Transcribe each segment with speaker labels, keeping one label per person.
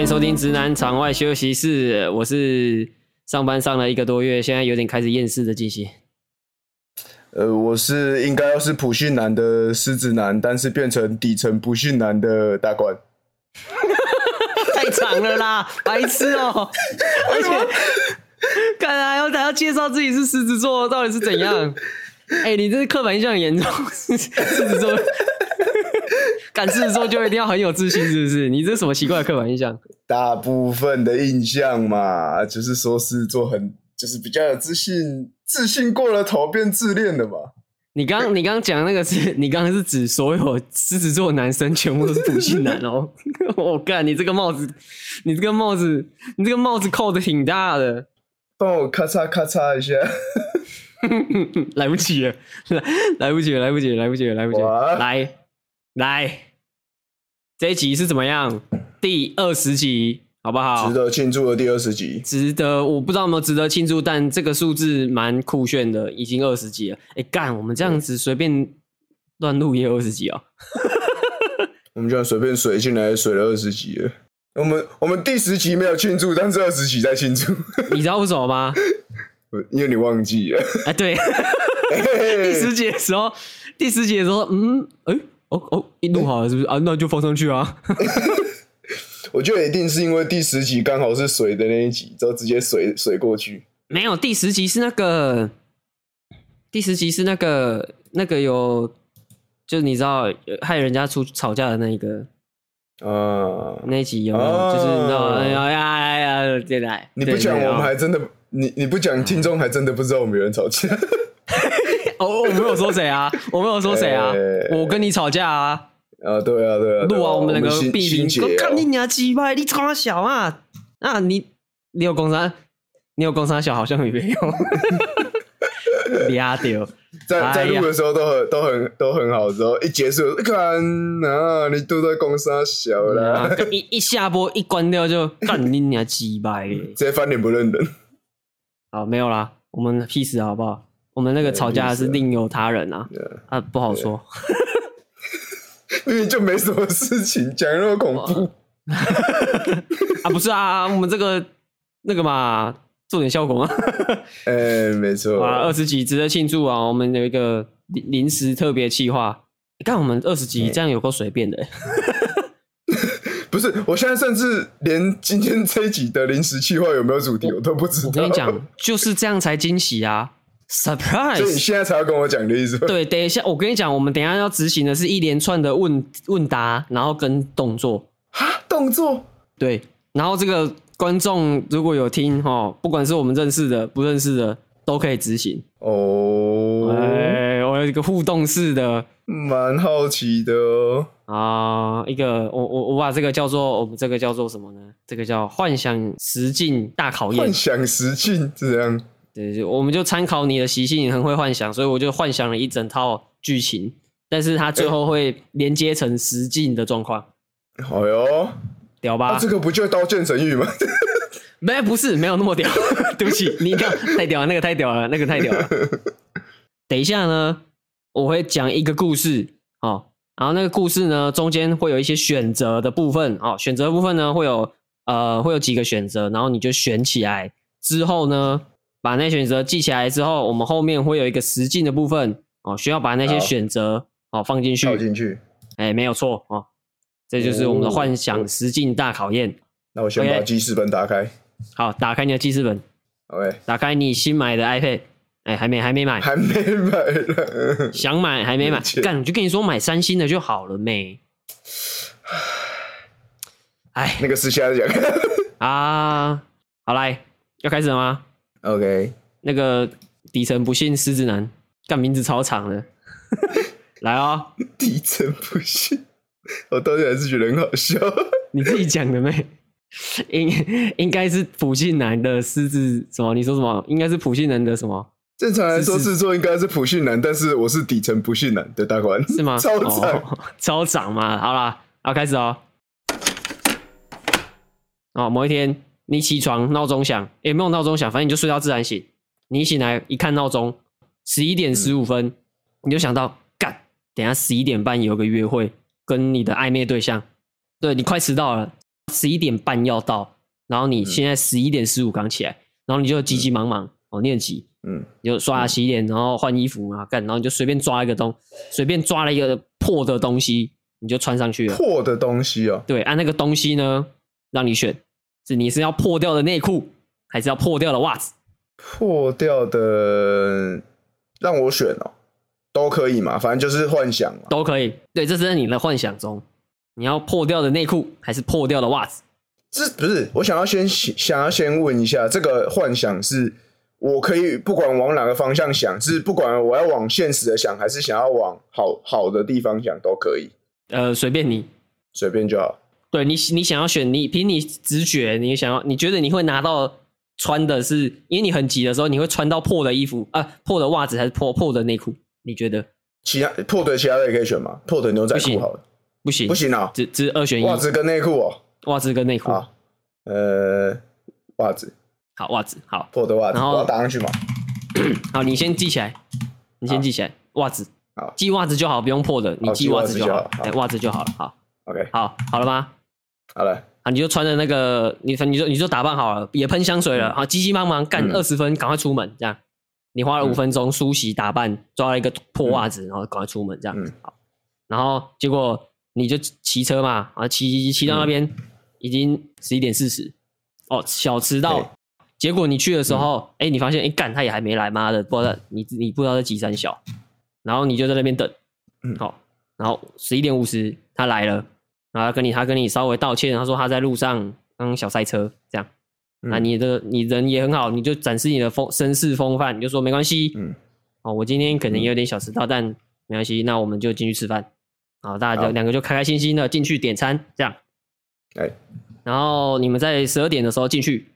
Speaker 1: 迎收听《直男场外休息室》，我是上班上了一个多月，现在有点开始厌世的静心。
Speaker 2: 呃，我是应该要是普信男的狮子男，但是变成底层不信男的大官。
Speaker 1: 太长了 啦，白痴哦、而且，啊看来要还要介绍自己是狮子座，到底是怎 样？哎、你这是刻板印象很严重，狮子 座。敢狮子座就一定要很有自信，是不是？你这是什么奇怪的刻板印象？
Speaker 2: 大部分的印象嘛，就是说狮子座很，就是比较有自信，自信过了头变自恋的嘛。
Speaker 1: 你刚你刚讲那个是，你刚刚是指所有狮子座男生全部都是普信男哦？ 我干、你这个帽子，你这个帽子，你这个帽子扣的挺大的。
Speaker 2: 帮我咔嚓咔嚓一下，
Speaker 1: 来不及了， 来来不及了，来不及了，来不及了，来不及
Speaker 2: 哇
Speaker 1: 了，来来，这一集是怎么样？第二十集，好不好
Speaker 2: 值？得庆祝的第二十集。
Speaker 1: 值得，我不知道有没有值得庆祝，但这个数字蛮酷炫的，已经二十集了。哎，干，我们这样子随便乱录也有二十集哦。
Speaker 2: 我们居然随便水进来，水了二十集了。我们我们第十集没有庆祝，但是二十集在庆祝，
Speaker 1: 你知道为什么吗？
Speaker 2: 因为你忘记了。
Speaker 1: 哎， 对， 第十集的时候，第十集的时候，嗯，哎，哦哦，一录好了是不是啊？那就放上去啊。
Speaker 2: 我觉得一定是因为第十集刚好是水的那一集，之后直接水水过去。
Speaker 1: 没有，第十集是那个，第十集是那个那个有，就是你知道呃害人家出吵架的那一个
Speaker 2: 啊，
Speaker 1: 那一集有没有？
Speaker 2: 哦
Speaker 1: 就是你知道，哎呀哎呀哎呀，进来，
Speaker 2: 你不讲，
Speaker 1: 对
Speaker 2: 我们还真的，你你不
Speaker 1: 嗯
Speaker 2: 讲，听众还真的不知道我们有人吵 架。
Speaker 1: 哦，我没有说谁啊，我没有说谁 啊，
Speaker 2: 哎
Speaker 1: 我跟你吵架啊，
Speaker 2: 啊，对啊，对啊，对
Speaker 1: 录
Speaker 2: 啊
Speaker 1: 完我们两个
Speaker 2: 心
Speaker 1: 必
Speaker 2: 心结
Speaker 1: 评，我
Speaker 2: 啊
Speaker 1: 看你娘鸡巴，你他妈小啊，啊你你有工伤，你有工伤小好像也没有， 俩丢。
Speaker 2: 在
Speaker 1: 哎
Speaker 2: 在
Speaker 1: 呀
Speaker 2: 录的时候都很都很都很好，之后一结束，看啊，你都在公司小
Speaker 1: 对
Speaker 2: 啦，
Speaker 1: 啊干一一下播一关掉就干你娘鸡掰欸！
Speaker 2: 直接翻脸不认人。
Speaker 1: 好，没有啦，我们 peace 啊好不好？我们那个吵架是另有他人啊，啊不好说。
Speaker 2: 因为就没什么事情，讲得那么恐怖。
Speaker 1: 啊不是啊， 我们这个那个嘛，做点效果嘛。
Speaker 2: 哎、没错。
Speaker 1: 啊，二十集值得庆祝啊！我们有一个临临时特别企划，你看我们二十集这样有够随便的欸、
Speaker 2: 不是，我现在甚至连今天这一集的临时计划有没有主题，我都不知道。
Speaker 1: 我跟你讲，就是这样才惊喜啊
Speaker 2: 所以你
Speaker 1: ，surprise！
Speaker 2: 现在才要跟我讲的意思吧？
Speaker 1: 对，等一下，我跟你讲，我们等一下要执行的是一连串的问问答，然后跟动作。
Speaker 2: 啊，动作
Speaker 1: 对，然后这个观众如果有听哈，不管是我们认识的、不认识的，都可以执行。
Speaker 2: 哦，
Speaker 1: 哎、我有一个互动式的
Speaker 2: 蛮好奇的哦。
Speaker 1: 啊、一个我我我把这个叫做我们这个叫做什么呢？这个叫幻想实境大考验
Speaker 2: 幻。想实境是这样，
Speaker 1: 对，就我们就参考你的习性，你很会幻想，所以我就幻想了一整套剧情，但是它最后会连接成实境的状况，
Speaker 2: 好哟。
Speaker 1: 屌吧？
Speaker 2: 啊，这个不就刀剑神域吗？
Speaker 1: 没，哎不是，没有那么屌， 对不起，你一定要 太屌了，那个太屌了，那个太屌了。等一下呢，我会讲一个故事哦，然后那个故事呢，中间会有一些选择的部分哦，选择部分呢会有呃会有几个选择，然后你就选起来之后呢，把那选择记起来之后，我们后面会有一个实境的部分哦，需要把那些
Speaker 2: 好
Speaker 1: 选择哦放进去
Speaker 2: 跳，进 去。
Speaker 1: 哎，没有错哦，这就是我们的
Speaker 2: 哦
Speaker 1: 幻想实境大考验。
Speaker 2: 那我先把
Speaker 1: OK
Speaker 2: 记事本打开。
Speaker 1: 好，打开你的记事本。
Speaker 2: OK，
Speaker 1: 打开你新买的 iPad，哎、还没还没买，
Speaker 2: 还没买 了。
Speaker 1: 想买还没买
Speaker 2: 没钱，
Speaker 1: 干，我就跟你说买三星的就好了妹。哎
Speaker 2: 那个私下讲。
Speaker 1: 啊，好来，要开始了吗？
Speaker 2: OK，
Speaker 1: 那个底层不幸狮子男，干名字超长的， 来哦，
Speaker 2: 底层不信， 我到现在还是觉得很好笑。
Speaker 1: 你自己讲的妹。应应该是普信男的狮子什么？你说什么？应该是普信男的什么？
Speaker 2: 正常来说，
Speaker 1: 是是
Speaker 2: 制作应该是普信男，但是我是底层不信男的大官，
Speaker 1: 是吗？
Speaker 2: 超惨。
Speaker 1: 哦， 超长嘛。好啦，好开始哦。哦，某一天你起床，闹钟响，也没有闹钟响，反正你就睡到自然醒。你一醒来一看闹钟，十一点十五
Speaker 2: 嗯
Speaker 1: 分，你就想到干，等一下十一点半有个约会，跟你的暧昧对象，对你快迟到了，十一点半要到，然
Speaker 2: 嗯
Speaker 1: 后你现在十一点十五刚起来，然后你就急急忙忙哦，你很急，
Speaker 2: 嗯，
Speaker 1: 你就刷牙洗脸，然后换衣服嘛，干，然后你就随便抓一个东，随便抓了一个破的东西，你就穿上去了。
Speaker 2: 破的东西哦，
Speaker 1: 对，按、啊那个东西呢，让你选，是你是要破掉的内裤，还是要破掉的袜子？
Speaker 2: 破掉的让我选哦，都可以嘛，反正就是幻想嘛。
Speaker 1: 都可以。对，这是在你的幻想中，你要破掉的内裤还是破掉的袜子？
Speaker 2: 这不是我想要先想要先问一下，这个幻想是我可以不管往哪个方向想，是不管我要往现实的想，还是想要往好好的地方想，都可以，
Speaker 1: 呃，随便你。
Speaker 2: 随便就好。
Speaker 1: 对你，你想要选，你凭你直觉，你想要，你觉得你会拿到穿的是，因为你很急的时候，你会穿到破的衣服啊、破的袜子还是破破的内裤？你觉得
Speaker 2: 其他破的其他的也可以选吗？破的牛仔
Speaker 1: 不行
Speaker 2: 裤好了，
Speaker 1: 不行，
Speaker 2: 不，行啊、
Speaker 1: 只只二选一，
Speaker 2: 袜子跟内裤哦。
Speaker 1: 袜子跟内裤。
Speaker 2: 好，呃，袜子，
Speaker 1: 好，袜子，好，
Speaker 2: 破的袜子，
Speaker 1: 然后
Speaker 2: 我要打上去嘛。
Speaker 1: 好，你先记起来，你先记起来，袜子
Speaker 2: 好，
Speaker 1: 记袜子就好，不用破的，你
Speaker 2: 好
Speaker 1: 记
Speaker 2: 记袜
Speaker 1: 袜
Speaker 2: 子
Speaker 1: 子就
Speaker 2: 就
Speaker 1: 好
Speaker 2: 好，好
Speaker 1: 哎，袜子就好了，好，
Speaker 2: OK，
Speaker 1: 好，好了吗？
Speaker 2: 好了，
Speaker 1: 啊，你就穿着那个，你你就你就打扮好了，也喷香水了，好，啊急急忙忙干
Speaker 2: 嗯
Speaker 1: 二十分，赶快出门，这样。你花了五分钟梳洗打扮，抓了一个破袜子，然后赶快出门，这样。
Speaker 2: 嗯
Speaker 1: 好，然后结果你就骑车嘛，啊，骑骑到那边、
Speaker 2: 嗯
Speaker 1: 已经十一点四十，哦，小迟
Speaker 2: 对嗯
Speaker 1: 到。结果你去的时候，哎、你发现哎干他也还没来，妈的，不知道在你你不知道在几三小，然后你就在那边等，
Speaker 2: 嗯
Speaker 1: 好，然后十一点五十他来了，然后他跟你他跟你稍微道歉，他说他在路上刚小塞车这样。
Speaker 2: 嗯
Speaker 1: 那你的你人也很好，你就展示你的风绅士风范，你就说没关系，
Speaker 2: 嗯，
Speaker 1: 哦，我今天可能也有点小迟到，但没关系，那我们就进去吃饭，好，大家就
Speaker 2: 好
Speaker 1: 两个就开开心心的进去点餐，这样，
Speaker 2: 哎，
Speaker 1: 然后你们在十二点的时候进去，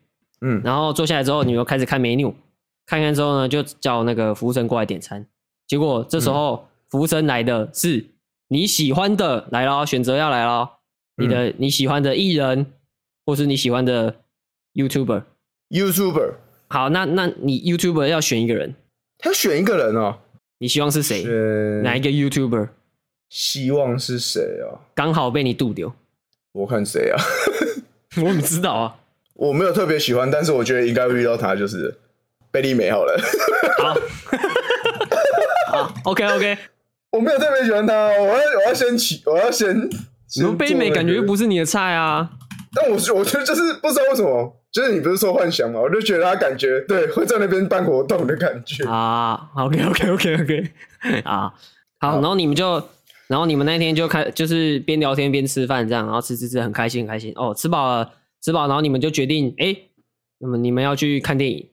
Speaker 2: 嗯，
Speaker 1: 然后坐下来之后，你们开始看 menu，看看之后呢，就叫那个服务生过来点餐，结果这时候服务生来的是你喜欢的来了，选择要来了，你的、你喜欢的艺人，或是你喜欢的 YouTuber。
Speaker 2: YouTuber，
Speaker 1: 好，那那你 YouTuber 要选一个人，
Speaker 2: 他选一个人哦，
Speaker 1: 你希望是谁？
Speaker 2: 选
Speaker 1: 哪一个 YouTuber
Speaker 2: 希望是谁哦？
Speaker 1: 刚好被你渡流？
Speaker 2: 我看谁啊？
Speaker 1: 我怎么知道啊？
Speaker 2: 我没有特别喜欢，但是我觉得应该会遇到他，就是贝利美好了。
Speaker 1: 啊，OK OK，
Speaker 2: 我没有特别喜欢他哦，我要我要先起，我要先。
Speaker 1: 你们贝美感觉又
Speaker 2: 先做那个，
Speaker 1: 不是你的菜啊。
Speaker 2: 但我是我觉得就是不知道为什么，就是你不是说幻想嘛，我就觉得他感觉对会在那边办活动的感 觉。
Speaker 1: 啊，OK OK OK OK，啊， 好，然后你们就，然后你们那天就开，就是边聊天边吃饭这样，然后吃吃吃，很开心很开心。哦，吃饱了，吃饱，然后你们就决定，哎，那么你们要去看电影，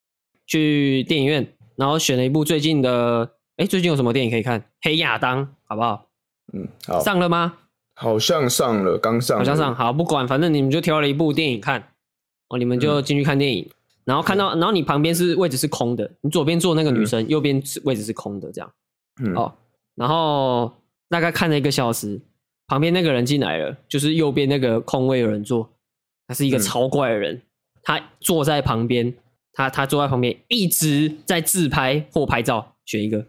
Speaker 1: 去电影院，然后选了一部最近的，哎，最近有什么电影可以看？《黑亚当》好不好？
Speaker 2: 嗯，好，
Speaker 1: 上了吗？
Speaker 2: 好像上了，刚上，
Speaker 1: 好像上，好，不管，反正你们就挑了一部电影看，哦，你们
Speaker 2: 嗯
Speaker 1: 就进去看电影，然后看到，然后你旁边是位置是空的，你左边坐那个女生，右边是位置是空的，这样。
Speaker 2: 嗯，
Speaker 1: 哦，然后大概看了一个小时，旁边那个人进来了，就是右边那个空位有人坐，他是一个
Speaker 2: 嗯
Speaker 1: 超怪的人，他坐在旁边，他他坐在旁边一直在自拍或拍照，选一个。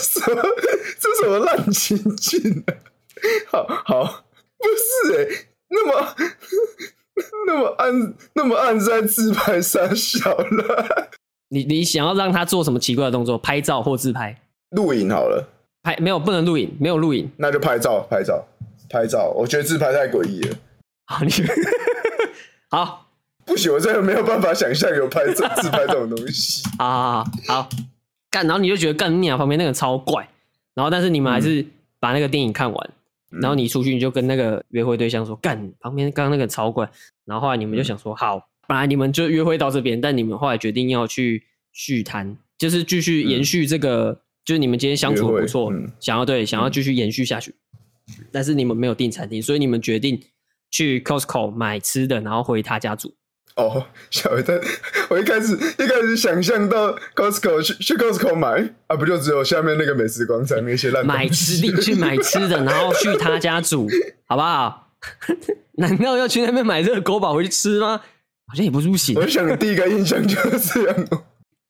Speaker 2: 什么？ 这什么烂情境啊？好好，不是哎、那么 那么暗，那么暗在自拍三小了。
Speaker 1: 你你想要让他做什么奇怪的动作？拍照或自拍？
Speaker 2: 录影好了，
Speaker 1: 拍没有不能录影，没有录影。
Speaker 2: 那就拍照，拍照，拍照。我觉得自拍太诡异了，
Speaker 1: 好，你 好
Speaker 2: 不行，我真的没有办法想象有拍照自拍这种东西。
Speaker 1: 好好好好干，然后你就觉得干你俩旁边那个超怪，然后但是你们还是把那个电影看完， 然
Speaker 2: 嗯
Speaker 1: 后你出去你就跟那个约会对象说，干旁边刚刚那个超怪，然后后来你们
Speaker 2: 嗯
Speaker 1: 就想说，好，本来你们就约会到这边，但你们后来决定要去续谈，就是继续延续这个，就是你们今天相处得不错，
Speaker 2: 嗯约会嗯
Speaker 1: 想要对想要继续延续下去，但是你们没有订餐厅，所以你们决定去 Costco 买吃的，然后回他家 煮。
Speaker 2: 哦，小鱼蛋，我一开始一开始想象到 Costco 去去 Costco 买啊，不就只有下面那个美食广场那些烂东西
Speaker 1: 买吃的去买吃的，然后去他家煮，好不好？ 难道要去那边买热狗堡回去吃吗？好像也不是不行
Speaker 2: 我。想第一个印象就是这样。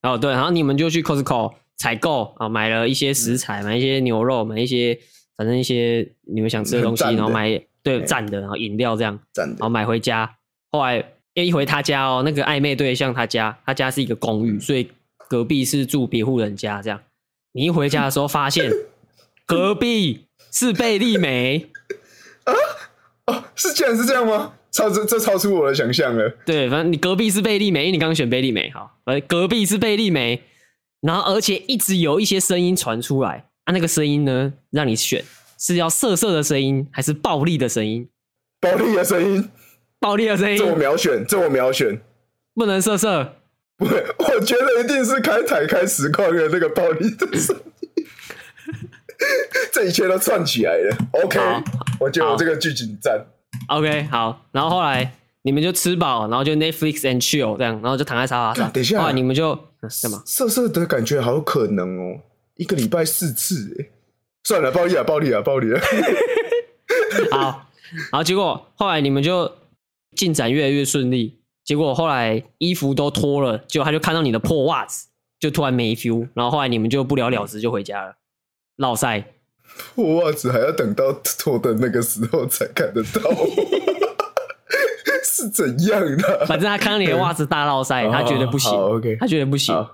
Speaker 1: 哦，对，然后你们就去 Costco 采购啊，
Speaker 2: 嗯
Speaker 1: 买了一些食材，买一些牛肉，买一些反正一些你们想吃的东西，
Speaker 2: 很赞的
Speaker 1: 然后买对，
Speaker 2: 哎
Speaker 1: 站的，然后饮料这样，
Speaker 2: 站
Speaker 1: 然后
Speaker 2: 的，
Speaker 1: 买回家。后来一回他家哦，那个暧昧对象他家，他家是一个公寓，所以隔壁是住别户人家这样。你一回家的时候发 现隔壁是贝利梅，
Speaker 2: 哦，是竟然是这样吗？超这这超出我的想象了。
Speaker 1: 对，反正你隔壁是贝利梅，因为你刚刚选贝利梅，好，反正隔壁是贝利梅，然后而且一直有一些声音传出来，啊，那个声音呢，让你选是要色色的声音，还是暴力的声音？
Speaker 2: 暴力的声音，
Speaker 1: 暴力的声音
Speaker 2: 这我秒选，这我秒选。
Speaker 1: 不能色色，
Speaker 2: 不会，我觉得一定是开台开实况的那个暴力的声音， 这一切都串起来了。OK，
Speaker 1: 好
Speaker 2: 我觉得
Speaker 1: 好
Speaker 2: 我这个剧情赞。
Speaker 1: OK，好，然后后来你们就吃饱，然后就 Netflix and chill 这样，然后就躺在沙发上。
Speaker 2: 干等一下
Speaker 1: 后来你们就嗯干嘛？
Speaker 2: 色色的感觉好有可能哦，一个礼拜四次哎。算了，暴力啊，暴力啊，暴力啊！
Speaker 1: 好，然后结果后来你们就进展越来越顺利，结果后来衣服都脱了，结果他就看到你的破袜子，就突然没 feel，然后后来你们就不了了之，就回家了。落塞，
Speaker 2: 破袜子还要等到脱的那个时候才看得到， 是怎样的啊、
Speaker 1: 反正他看到你的袜子大落塞，哎他觉得不行
Speaker 2: 哦好好，OK
Speaker 1: 他觉得不行。
Speaker 2: 好，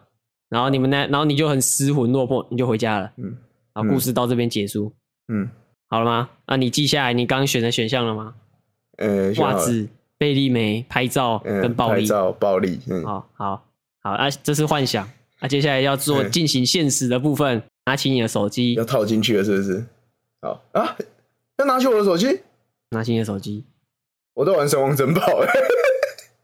Speaker 1: 然后你们呢？然后你就很失魂落魄，你就回家了。
Speaker 2: 嗯
Speaker 1: 然后故事到这边结束，
Speaker 2: 嗯，
Speaker 1: 好了吗？那、你记下来你刚刚选的选项了吗？
Speaker 2: 呃，
Speaker 1: 袜子、贝利梅、拍照
Speaker 2: 嗯，
Speaker 1: 跟暴
Speaker 2: 拍
Speaker 1: 力。
Speaker 2: 照暴力，嗯，
Speaker 1: 好哦好好啊，这是幻想。那、接下来要做
Speaker 2: 嗯
Speaker 1: 进行现实的部分，拿起你的手机
Speaker 2: 要，套进去了是不是？好啊，要拿去我的手机，
Speaker 1: 拿起你的手机，
Speaker 2: 我在玩《神王城堡》欸。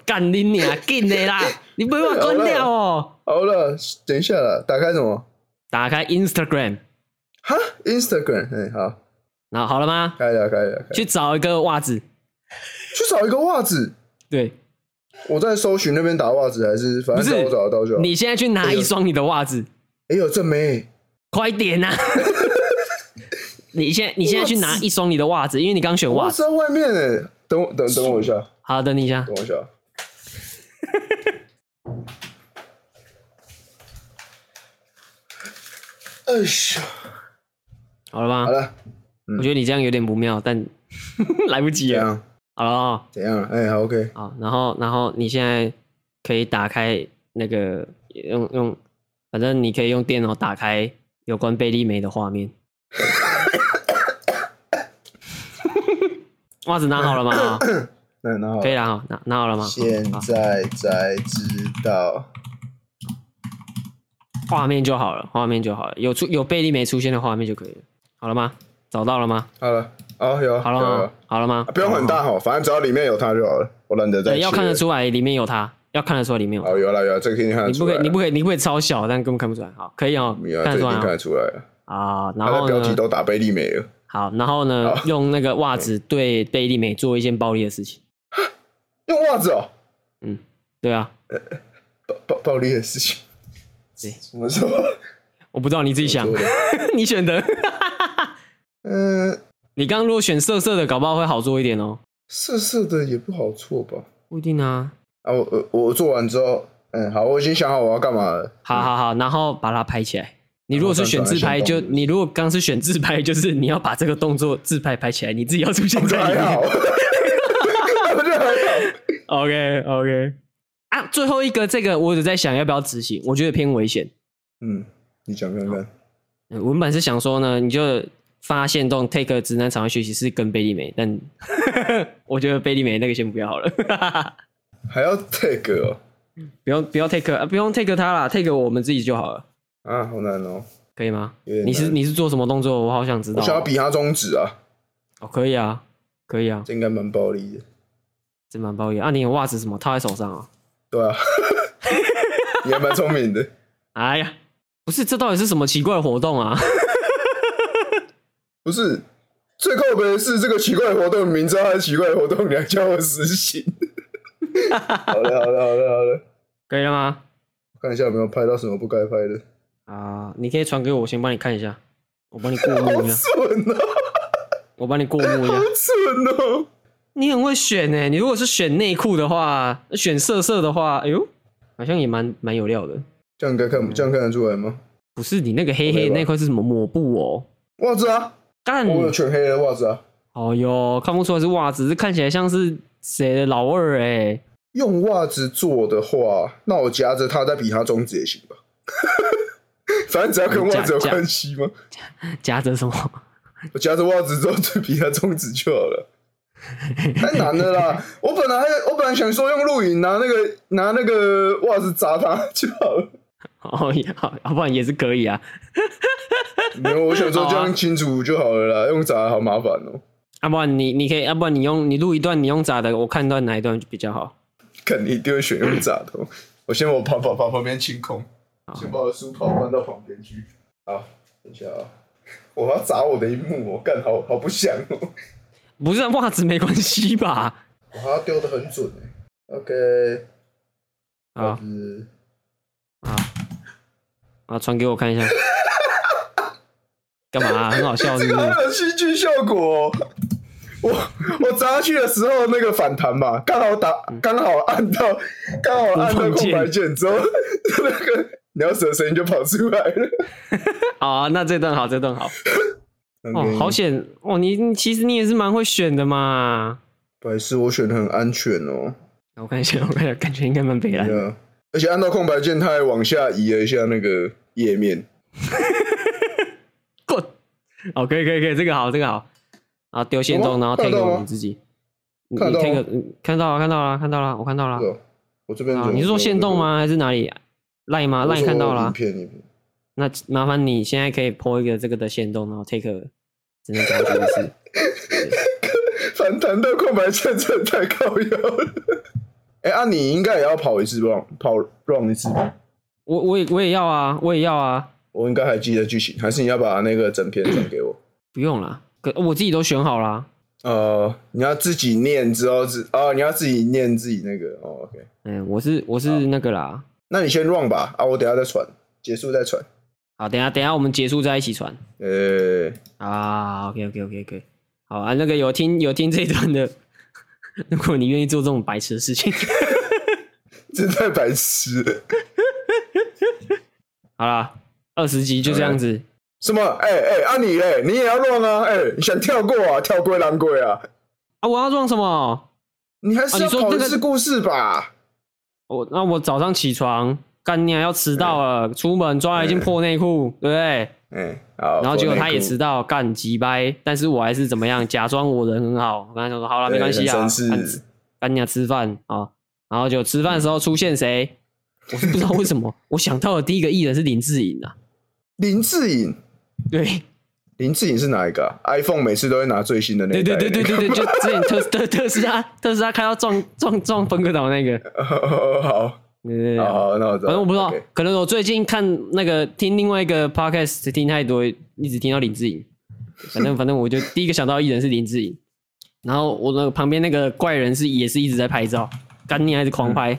Speaker 1: 干你娘，进的啦！你不要关掉哦。
Speaker 2: 好了，等一下了，打开什么？
Speaker 1: 打开 Instagram，
Speaker 2: 哈，Instagram，哎、好，
Speaker 1: 然后好了吗？
Speaker 2: 开了，开了，开了
Speaker 1: 去找一个袜子，
Speaker 2: 去找一个袜子，
Speaker 1: 对，
Speaker 2: 我在搜寻那边打袜子，还是反
Speaker 1: 不是
Speaker 2: 正找我找得到就好。
Speaker 1: 你现在去拿一双你的袜子，
Speaker 2: 哎呦，这没
Speaker 1: 快点 呐、啊！你现在你现在去拿
Speaker 2: 袜子
Speaker 1: 一双你的袜子，因为你刚选袜
Speaker 2: 袜
Speaker 1: 子。
Speaker 2: 子在外面哎、等我等等我一下，
Speaker 1: 好，等你一下
Speaker 2: 等。我一下。哎 呀，
Speaker 1: 好了吗
Speaker 2: 好？了，
Speaker 1: 我觉得你这样有点不妙，但 来不及
Speaker 2: 怎
Speaker 1: 了。
Speaker 2: 样？
Speaker 1: 好了哦、
Speaker 2: 怎样了？哎、好，OK，
Speaker 1: 好，啊然后然后你现在可以打开那个用用，反正你可以用电脑打开有关贝利梅的画面。袜子拿好了吗？啊
Speaker 2: 那那好
Speaker 1: 可以啊了哈，拿拿好了吗？
Speaker 2: 现
Speaker 1: 好
Speaker 2: 在才知道，
Speaker 1: 画面就好了，画面就好了，有出有贝利梅出现的画面就可以了。好了吗？找到了吗？
Speaker 2: 好了，哦，有，
Speaker 1: 好了
Speaker 2: 有
Speaker 1: 吗
Speaker 2: 有？
Speaker 1: 好了吗
Speaker 2: 啊？不用很
Speaker 1: 好了吗，
Speaker 2: 大哈，反正只要里面有它就好了。我懒得再
Speaker 1: 对，
Speaker 2: 切
Speaker 1: 要看得。出来里面有他，要看得出来里面有他。
Speaker 2: 哦，有了有了，这个肯定看得
Speaker 1: 你不
Speaker 2: 出来
Speaker 1: 可
Speaker 2: 了。
Speaker 1: 以，你不可以，你不可以超小，但根本看不出来。好，可以哦
Speaker 2: 没有，啊，
Speaker 1: 看
Speaker 2: 这
Speaker 1: 得出来
Speaker 2: 个一定
Speaker 1: 哦
Speaker 2: 看得出来了。
Speaker 1: 啊。然
Speaker 2: 它的
Speaker 1: 后
Speaker 2: 标
Speaker 1: 呢
Speaker 2: 题？都打贝利美了，
Speaker 1: 好，然后呢，
Speaker 2: 好
Speaker 1: 用那个袜子对贝利美做一件暴力的事情。
Speaker 2: 用袜子哦，
Speaker 1: 对啊，
Speaker 2: 暴暴暴力的事情。
Speaker 1: 对
Speaker 2: 什么时候？
Speaker 1: 我不知道你自己想
Speaker 2: 怎么，做的
Speaker 1: 你选的。
Speaker 2: 嗯，
Speaker 1: 你刚刚如果选色色的，搞不好会好做一点哦。
Speaker 2: 色色的也不好做吧？
Speaker 1: 不一定啊。
Speaker 2: 啊，我我我做完之后，嗯，好，我已经想好我要干嘛了。
Speaker 1: 好好好，然后把它拍起来。你如果是选自拍，
Speaker 2: 然
Speaker 1: 就
Speaker 2: 后再转来选动
Speaker 1: 你如果刚是选自拍，就是你要把这个动作自拍拍起来，你自己要出现
Speaker 2: 我觉得
Speaker 1: 在里
Speaker 2: 还好，
Speaker 1: 面。
Speaker 2: 我觉得还好。
Speaker 1: OK OK。啊，最后一个这个我有在想要不要执行，我觉得偏危险。
Speaker 2: 嗯，你讲看看。
Speaker 1: 嗯我原本是想说呢，你就发现动 take 直男场外学习是跟贝利美，但 我觉得贝利美那个先不要好了，
Speaker 2: 还要 tag 哦，
Speaker 1: 不用不要 take 啊，不用 take 他啦，take 我们自己就好了，
Speaker 2: 啊，好难哦，
Speaker 1: 可以吗？
Speaker 2: 有点
Speaker 1: 你是
Speaker 2: 难
Speaker 1: 你是做什么动作？我好想知
Speaker 2: 我
Speaker 1: 道
Speaker 2: 想要
Speaker 1: 哦。
Speaker 2: 比他中指啊，
Speaker 1: 哦，可以啊，可以啊，
Speaker 2: 这应该蛮暴力的，
Speaker 1: 这蛮抱怨啊！你的袜子什么套在手上啊？
Speaker 2: 对啊， 你还蛮聪明的，
Speaker 1: 哎呀，不是，这到底是什么奇怪的活动啊？
Speaker 2: 不是。最靠北的是这个奇怪的活动，明知道它是奇怪的活动，你还叫我实行。好了好了好了好了，
Speaker 1: 可以了吗？
Speaker 2: 我看一下有没有拍到什么不该拍 的，
Speaker 1: 啊，你可以传给我，我先帮你看一下，我帮你过
Speaker 2: 好
Speaker 1: 目一下，
Speaker 2: 蠢哦、
Speaker 1: 我帮你过目一下
Speaker 2: 好。蠢哦、
Speaker 1: 你很会选呢、你如果是选内裤的话，呃选色色的话，哎呦，好像也蛮蛮有料的。
Speaker 2: 这样应该看这样看得出来吗？
Speaker 1: 不是你那个黑黑的
Speaker 2: 我没吧
Speaker 1: 那块是什么抹布哦？
Speaker 2: 袜子啊，
Speaker 1: 干
Speaker 2: 我有全黑的袜子啊，
Speaker 1: 哦哟，看不出来是袜子，这看起来像是谁的老二哎、
Speaker 2: 用袜子做的话，那我夹着它再比它中指也行吧。 反正只要跟袜子有
Speaker 1: 夹夹
Speaker 2: 关系吗？
Speaker 1: 夹着什么？
Speaker 2: 我夹着袜子之后就比它中指就好了。太难了啦！我本来我本来想说用录影拿那个拿那个袜子砸它就好了。
Speaker 1: 哦，也好，要不然也是可以啊。
Speaker 2: 没有，我想说这
Speaker 1: 好
Speaker 2: 样
Speaker 1: 啊
Speaker 2: 清楚就好了啦，用砸好麻烦哦、
Speaker 1: 要、啊不然你你可以，要、不然你用你录一段，你用咋的，我看段哪一段比较好。
Speaker 2: 肯定一定会选用炸头。我先把我跑跑跑旁边清空，
Speaker 1: 好
Speaker 2: 先把我的书包搬到旁边去。好，等一下啊，我要砸我的一幕、哦，干好好不想哦，
Speaker 1: 不是啊袜子没关系吧？
Speaker 2: 我好像丢的很准哎、OK，
Speaker 1: 啊
Speaker 2: 子
Speaker 1: 啊啊！传给我看一下。干嘛啊、很好笑
Speaker 2: 这
Speaker 1: 是不
Speaker 2: 个
Speaker 1: 是？
Speaker 2: 很有戏剧效果、哦。我我砸下去的时候，那个反弹嘛，刚好打，刚好按到，刚好按
Speaker 1: 无
Speaker 2: 到
Speaker 1: 缝
Speaker 2: 空
Speaker 1: 键
Speaker 2: 白键之后，那个鸟屎的声音就跑出来了。
Speaker 1: 啊，那这段好，这段好。哦，
Speaker 2: OK
Speaker 1: 好险！哦，你你其实你也是蛮会选的嘛。
Speaker 2: 白痴，我选的很安全哦。
Speaker 1: 我看一下，我看一下，感觉应该蛮北蓝
Speaker 2: 对。啊，而且按到空白键，它还往下移了一下那个页面。
Speaker 1: 滚！哦，可以可以可以，这个好，这个好。啊，丢线
Speaker 2: 有
Speaker 1: 中，
Speaker 2: 吗
Speaker 1: 然后
Speaker 2: 看
Speaker 1: take
Speaker 2: 得到
Speaker 1: 我
Speaker 2: 吗
Speaker 1: 你自己。你
Speaker 2: 看得
Speaker 1: 你
Speaker 2: 到
Speaker 1: take
Speaker 2: 吗
Speaker 1: a- 嗯看到了，看到了，看到了，我看到了。
Speaker 2: 对啊，我这边
Speaker 1: 啊
Speaker 2: 怎么，
Speaker 1: 你是说线动？吗？还是哪里？赖吗？赖看到
Speaker 2: 我说我
Speaker 1: 了
Speaker 2: 影
Speaker 1: 啊。
Speaker 2: 片影片
Speaker 1: 那麻烦你现在可以 po 一个这个的线动，然后 take a- 只能讲一 次。
Speaker 2: 反弹到空白键，真的太靠腰了。 哎、啊，你应该也要跑一次 run，跑 run 一次吧。
Speaker 1: 我我也我也要啊，我也要啊。
Speaker 2: 我应该还记得剧情，还是你要把那个整篇转给我？
Speaker 1: 不用啦，可我自己都选好啦。
Speaker 2: 呃，你要自己念之后自哦，你要自己念自己那个哦。OK，
Speaker 1: 嗯，我是我是那个啦。
Speaker 2: 那你先 run 吧，啊，我等一下再传，结束再传。
Speaker 1: 好，等一下等一下我们结束再一起传。
Speaker 2: 呃、
Speaker 1: 啊，OK OK OK OK，好啊，那个有听有听这一段的， 如果你愿意做这种白痴的事情，
Speaker 2: 这太白痴了。
Speaker 1: 好啦，二十集就这样子，
Speaker 2: 什么？哎、哎，啊你哎、你也要乱啊？哎、你想跳过啊？跳过狼鬼啊？
Speaker 1: 啊，我要撞什么？
Speaker 2: 你还
Speaker 1: 啊
Speaker 2: 是
Speaker 1: 你
Speaker 2: 要
Speaker 1: 说
Speaker 2: 跑一
Speaker 1: 那个
Speaker 2: 次故事吧？
Speaker 1: 我那我早上起床，干你还要迟到了，出门抓了一件破内裤，对不对？
Speaker 2: 哎、好。
Speaker 1: 然后结果
Speaker 2: 我内
Speaker 1: 他也
Speaker 2: 裤
Speaker 1: 迟，到，干急掰，但是我还是怎么样，假装我人很好，我跟他说好了，
Speaker 2: 对
Speaker 1: 没关系啊
Speaker 2: 人生，
Speaker 1: 干
Speaker 2: 是
Speaker 1: 干你俩吃饭啊、哦然后就吃饭的时候出现谁？我是不知道为什么，我想到的第一个艺人是林志颖啊，
Speaker 2: 林志颖，
Speaker 1: 对。
Speaker 2: 林志颖是哪一个、啊、？iPhone 每次都会拿最新的那
Speaker 1: 对
Speaker 2: 一代
Speaker 1: 对对对对对，就之前特特特斯拉特斯拉开到撞撞撞分割岛那个，
Speaker 2: 那个 哦好，
Speaker 1: 对对对，啊
Speaker 2: 好，
Speaker 1: 反
Speaker 2: 好那我知道。
Speaker 1: 正我不知道
Speaker 2: 啊 OK，
Speaker 1: 可能我最近看那个听另外一个 podcast 听太多，一直听到林志颖，反正反正我就第一个想到艺人是林志颖，然后我那个旁边那个怪人是也是一直在拍照，干念还是狂拍，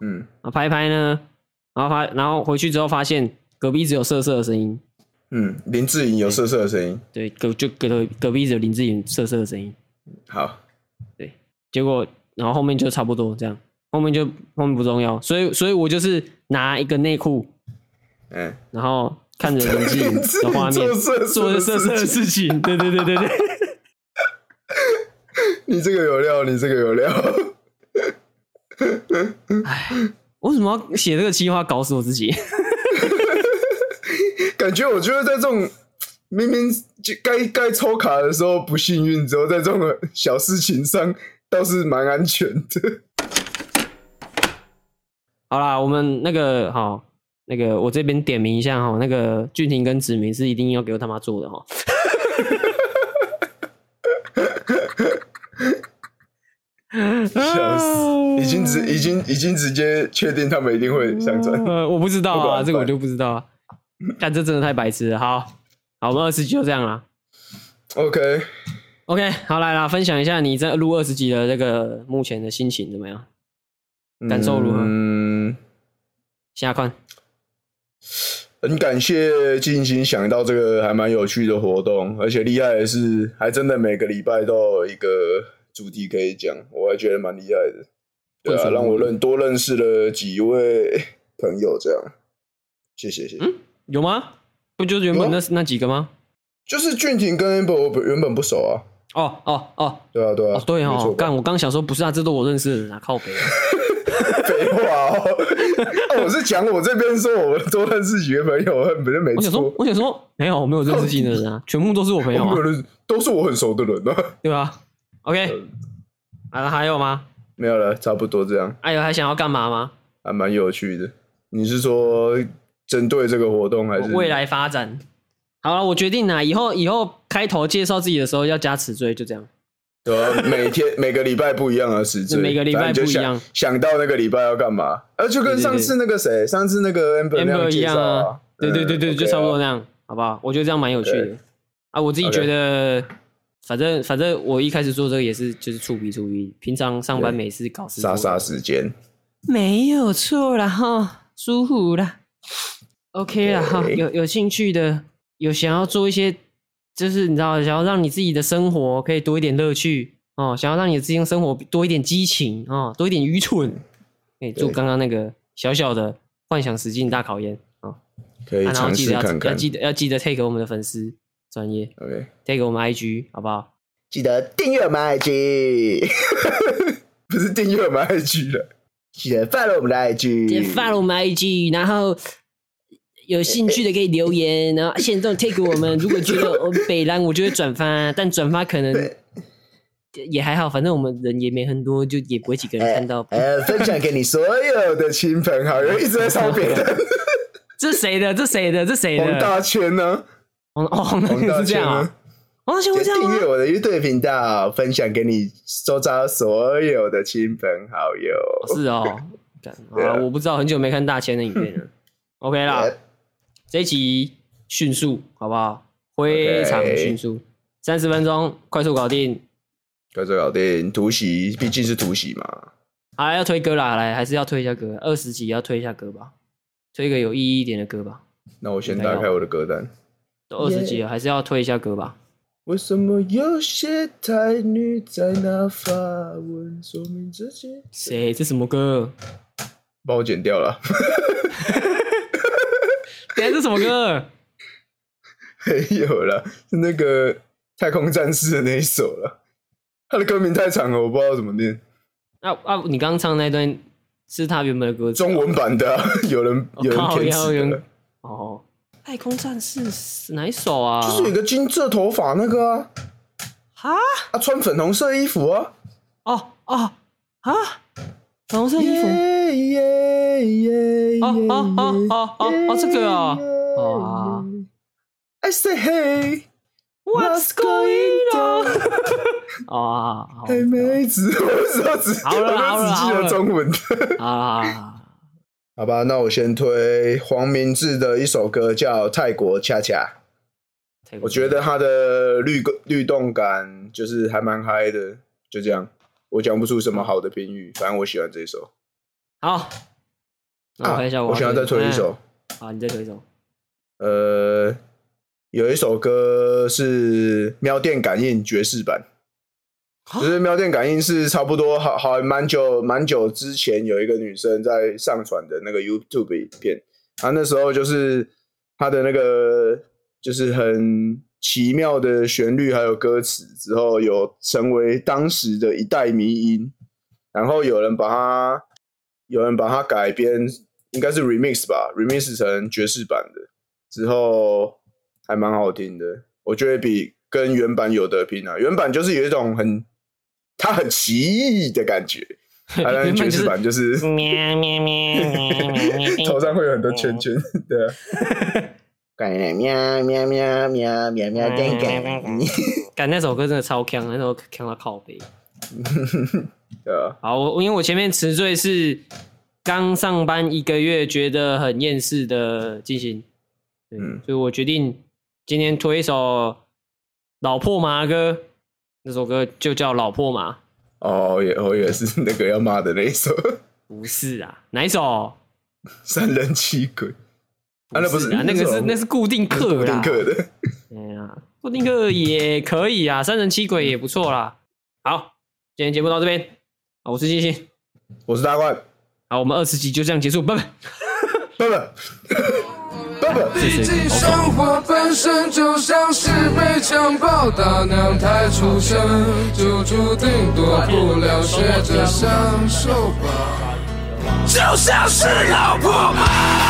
Speaker 2: 嗯，
Speaker 1: 啊拍一拍呢，然后发然后回去之后发现隔壁只有瑟瑟的声音，
Speaker 2: 嗯，林志颖有瑟瑟的声音。
Speaker 1: 对，隔就隔隔壁只有林志颖瑟瑟的声音。
Speaker 2: 好，
Speaker 1: 结果然后后面就差不多这样，后面就后面不重要，所以所以我就是拿一个内裤，
Speaker 2: 嗯，
Speaker 1: 然后看着林志颖
Speaker 2: 林志
Speaker 1: 的画
Speaker 2: 颖
Speaker 1: 面
Speaker 2: 做，瑟
Speaker 1: 做
Speaker 2: 瑟
Speaker 1: 着
Speaker 2: 的
Speaker 1: 色色的
Speaker 2: 事
Speaker 1: 事
Speaker 2: 情，
Speaker 1: 情，对对对对对，
Speaker 2: 你这个有料，你这个有料。
Speaker 1: 我为什么要写这个计划搞死我自己？
Speaker 2: 感觉我觉得在这种明明就该该抽卡的时候不幸运，之后在这种小事情上倒是蛮安全的。
Speaker 1: 好啦，我们那个好。那个，我这边点名一下哈，那个俊廷跟子明是一定要给我他妈做的哈。
Speaker 2: 笑
Speaker 1: 嗯
Speaker 2: 死，已经直已经已经直接确定他们一定会上传。
Speaker 1: 呃，我不知道
Speaker 2: 不管
Speaker 1: 啊，
Speaker 2: 反
Speaker 1: 这个我就不知道啊。但这真的太白痴了。好，好，我们二十集就这样啦。
Speaker 2: OK，
Speaker 1: OK，好来啦，分享一下你在录二十集的这个目前的心情怎么样？感受如何
Speaker 2: 嗯，
Speaker 1: 下看，
Speaker 2: 很感谢静心想到这个还蛮有趣的活动，而且厉害的是，还真的每个礼拜都有一个主题可以讲，我还觉得蛮厉害的。对
Speaker 1: 为
Speaker 2: 啊，
Speaker 1: 什么
Speaker 2: 让我认多认识了几位朋友，这样，谢谢谢谢。
Speaker 1: 有吗？不就是原本
Speaker 2: 有
Speaker 1: 那那几个吗？
Speaker 2: 就是俊廷跟 Amber 我本原本不熟啊，
Speaker 1: 哦哦哦
Speaker 2: 对啊，对啊
Speaker 1: 哦，，对
Speaker 2: 没
Speaker 1: 哦
Speaker 2: 错，吧
Speaker 1: 干，我刚想说不是啊，这都我认识的人啊，靠北啊。
Speaker 2: 废话哦， 啊我是讲我这边说我多认识几个朋友，不是没
Speaker 1: 我想
Speaker 2: 错
Speaker 1: 说，，我想说，没有，我没有认识新的人啊，全部都是我朋友
Speaker 2: 我
Speaker 1: 啊
Speaker 2: 没有，认识都是我很熟的人啊，
Speaker 1: 对吧？OK，啊，
Speaker 2: 呃
Speaker 1: 还有吗？哎
Speaker 2: 没有了，差不多这样，
Speaker 1: 还有还想要干嘛吗？
Speaker 2: 还蛮有趣的。你是说针对这个活动还是
Speaker 1: 未？来发展。好了，我决定了，以后以后开头介绍自己的时候要加词缀，就这样。
Speaker 2: 对啊，每天 每个礼拜不一样的时间，
Speaker 1: 每个礼拜
Speaker 2: 反正你就
Speaker 1: 不一样
Speaker 2: 想想到那个礼拜要干嘛，呃，就
Speaker 1: 对
Speaker 2: 跟
Speaker 1: 对
Speaker 2: 上次那个谁，上次那个 Amber 那
Speaker 1: Amber 一
Speaker 2: 介
Speaker 1: 样
Speaker 2: 绍
Speaker 1: 啊，对对对对，
Speaker 2: 嗯
Speaker 1: 就差不
Speaker 2: OK
Speaker 1: 多
Speaker 2: 啊
Speaker 1: 那样，好不好？我觉得这样蛮有趣的
Speaker 2: OK
Speaker 1: 啊。我自己觉得，反正反正我一开始做这个也是就是触鼻触鼻，平常上班没事搞事做
Speaker 2: 杀杀时间。
Speaker 1: 没有错啦哈，舒服啦，OK 啦哈。
Speaker 2: 对
Speaker 1: 有有兴趣的，有想要做一些，就是你知道，想要让你自己的生活可以多一点乐趣哦，想要让你的自己的生活多一点激情哦，多一点愚蠢，可以做
Speaker 2: 对
Speaker 1: 刚刚那个小小的幻想实境大考验啊。哦
Speaker 2: 可以
Speaker 1: 啊然后
Speaker 2: 尝
Speaker 1: 记
Speaker 2: 试
Speaker 1: 得要
Speaker 2: 看
Speaker 1: 要
Speaker 2: 看。
Speaker 1: 记得要记得 take 我们的粉丝专业
Speaker 2: OK，
Speaker 1: ，take 我们 IG 好不好？
Speaker 2: 记得订阅我们的 IG，不是订阅我们的 IG 了，记得 follow 我们的 IG，
Speaker 1: 也 follow 我们 IG，然后有兴趣的可以留言，然后现动 take 我们。如果觉得我北兰，我就会转发，但转发可能也还好，反正我们人也没很多，就也不会几个人看到。
Speaker 2: 呃，分享给你所有的亲朋好 友，一直在烧别的
Speaker 1: 这谁的？这谁的？这谁的？
Speaker 2: 黄大 圈呢、
Speaker 1: 黄哦，黄
Speaker 2: 黄
Speaker 1: 大
Speaker 2: 大
Speaker 1: 啊是这
Speaker 2: 圈
Speaker 1: 样
Speaker 2: 呢、
Speaker 1: 啊？黄大仙
Speaker 2: 就
Speaker 1: 会这样
Speaker 2: 订阅
Speaker 1: 吗？
Speaker 2: 我的 YouTube 频道，分享给你周遭所有的亲朋好友。
Speaker 1: 哦是哦，干好
Speaker 2: 对啊
Speaker 1: 了，我不知道，很久没看大千的影片了。OK 啦。
Speaker 2: 哎
Speaker 1: 这一集迅速，好不好？非常迅速，三十分钟快速搞定。
Speaker 2: 搞这搞定，突袭毕竟是突袭嘛。
Speaker 1: 好啊啦，要推歌啦，来还是要推一下歌，二十集要推一下歌吧，推一个有意义一点的歌吧。
Speaker 2: 那我先打开我的歌单。
Speaker 1: 都二十集了，还是要推一下歌吧。
Speaker 2: 为什么有些台女在那发文，说明这些？
Speaker 1: 谁？这什么歌？
Speaker 2: 帮我剪掉了。
Speaker 1: 等哎一下这什么歌？
Speaker 2: 没有了，是那个太空战士的那一首了。他的歌名太长了，我不知道怎么念。
Speaker 1: 啊啊！你刚刚唱那段是他原本的歌词
Speaker 2: 中文版的啊、有人
Speaker 1: 哦
Speaker 2: 有人
Speaker 1: 靠
Speaker 2: 填
Speaker 1: 要有
Speaker 2: 词的
Speaker 1: 人，哦。太空战士是哪一首啊？
Speaker 2: 就是有一个金色头发那个啊，
Speaker 1: 哈
Speaker 2: 他穿粉红色衣服啊，
Speaker 1: 哦哦啊！粉红色衣服。
Speaker 2: 耶耶耶！
Speaker 1: 哦哦哦哦哦哦这个啊
Speaker 2: 哦
Speaker 1: 哇
Speaker 2: I say hey,
Speaker 1: What's
Speaker 2: what's going on？
Speaker 1: 哦，好，
Speaker 2: 嘿，妹子，我只要只
Speaker 1: 好了好了
Speaker 2: 我
Speaker 1: 好
Speaker 2: 就只记
Speaker 1: 了
Speaker 2: 得中文的。
Speaker 1: 啊，
Speaker 2: 好吧，那我先推黄明志的一首歌，叫《泰国恰恰》。
Speaker 1: 泰国
Speaker 2: 我觉得他的律律动感就是还蛮嗨的，就这样。我讲不出什么好的评语，反正我喜欢这一首。啊
Speaker 1: 好。那我看一下，
Speaker 2: 我想要再推一首。
Speaker 1: 哎。好，你再推一首。
Speaker 2: 呃，有一首歌是《喵电感应》爵士版，
Speaker 1: 啊
Speaker 2: 就是《喵电感应》是差不多好好蛮久蛮久之前有一个女生在上传的那个 YouTube 影片，她那时候就是她的那个就是很奇妙的旋律还有歌词之后，有成为当时的一代迷音，然后有人把它有人把它改编，应该是 remix 吧，remix 成爵士版的。之后还蛮好听的，我觉得比跟原版有得拼啊。原版就是有一种很它很奇异的感觉， 啊，但
Speaker 1: 原
Speaker 2: 是
Speaker 1: 本
Speaker 2: 爵士
Speaker 1: 就是
Speaker 2: 版就是
Speaker 3: 喵喵喵喵喵喵！
Speaker 2: 头上会有很多圈圈， 对啊。感觉喵喵喵喵喵喵感感，
Speaker 1: 感那首歌真的超强，那首歌强到靠背。
Speaker 2: 对啊，
Speaker 1: 好，我因为我前面词缀是刚上班一个月，觉得很厌世的进行，对，
Speaker 2: 嗯
Speaker 1: 所以我决定今天推一首《老破麻》歌，那首歌就叫《老破麻》，
Speaker 2: 哦，我也我也是那个要骂的那一首
Speaker 1: 不是啊，哪一首？
Speaker 2: 三人七鬼啊，那不是
Speaker 1: 啊，那个
Speaker 2: 首
Speaker 1: 是那是固定课
Speaker 2: 固
Speaker 1: 啦
Speaker 2: 定，课的，
Speaker 1: 哎呀，固定课也可以啊，三人七鬼也不错啦。好，今天节目到这边，好，我是星星，
Speaker 2: 我是大冠，
Speaker 1: 好，我们二十集就这样结束，拜拜。
Speaker 2: 拜拜。
Speaker 4: 「
Speaker 2: 不不，
Speaker 1: 这
Speaker 4: 毕
Speaker 1: 是
Speaker 4: 竟
Speaker 1: 一个
Speaker 4: 生活本身就像是被强暴打娘胎出生，就注定躲不了学着享受吧，就像是老婆吧。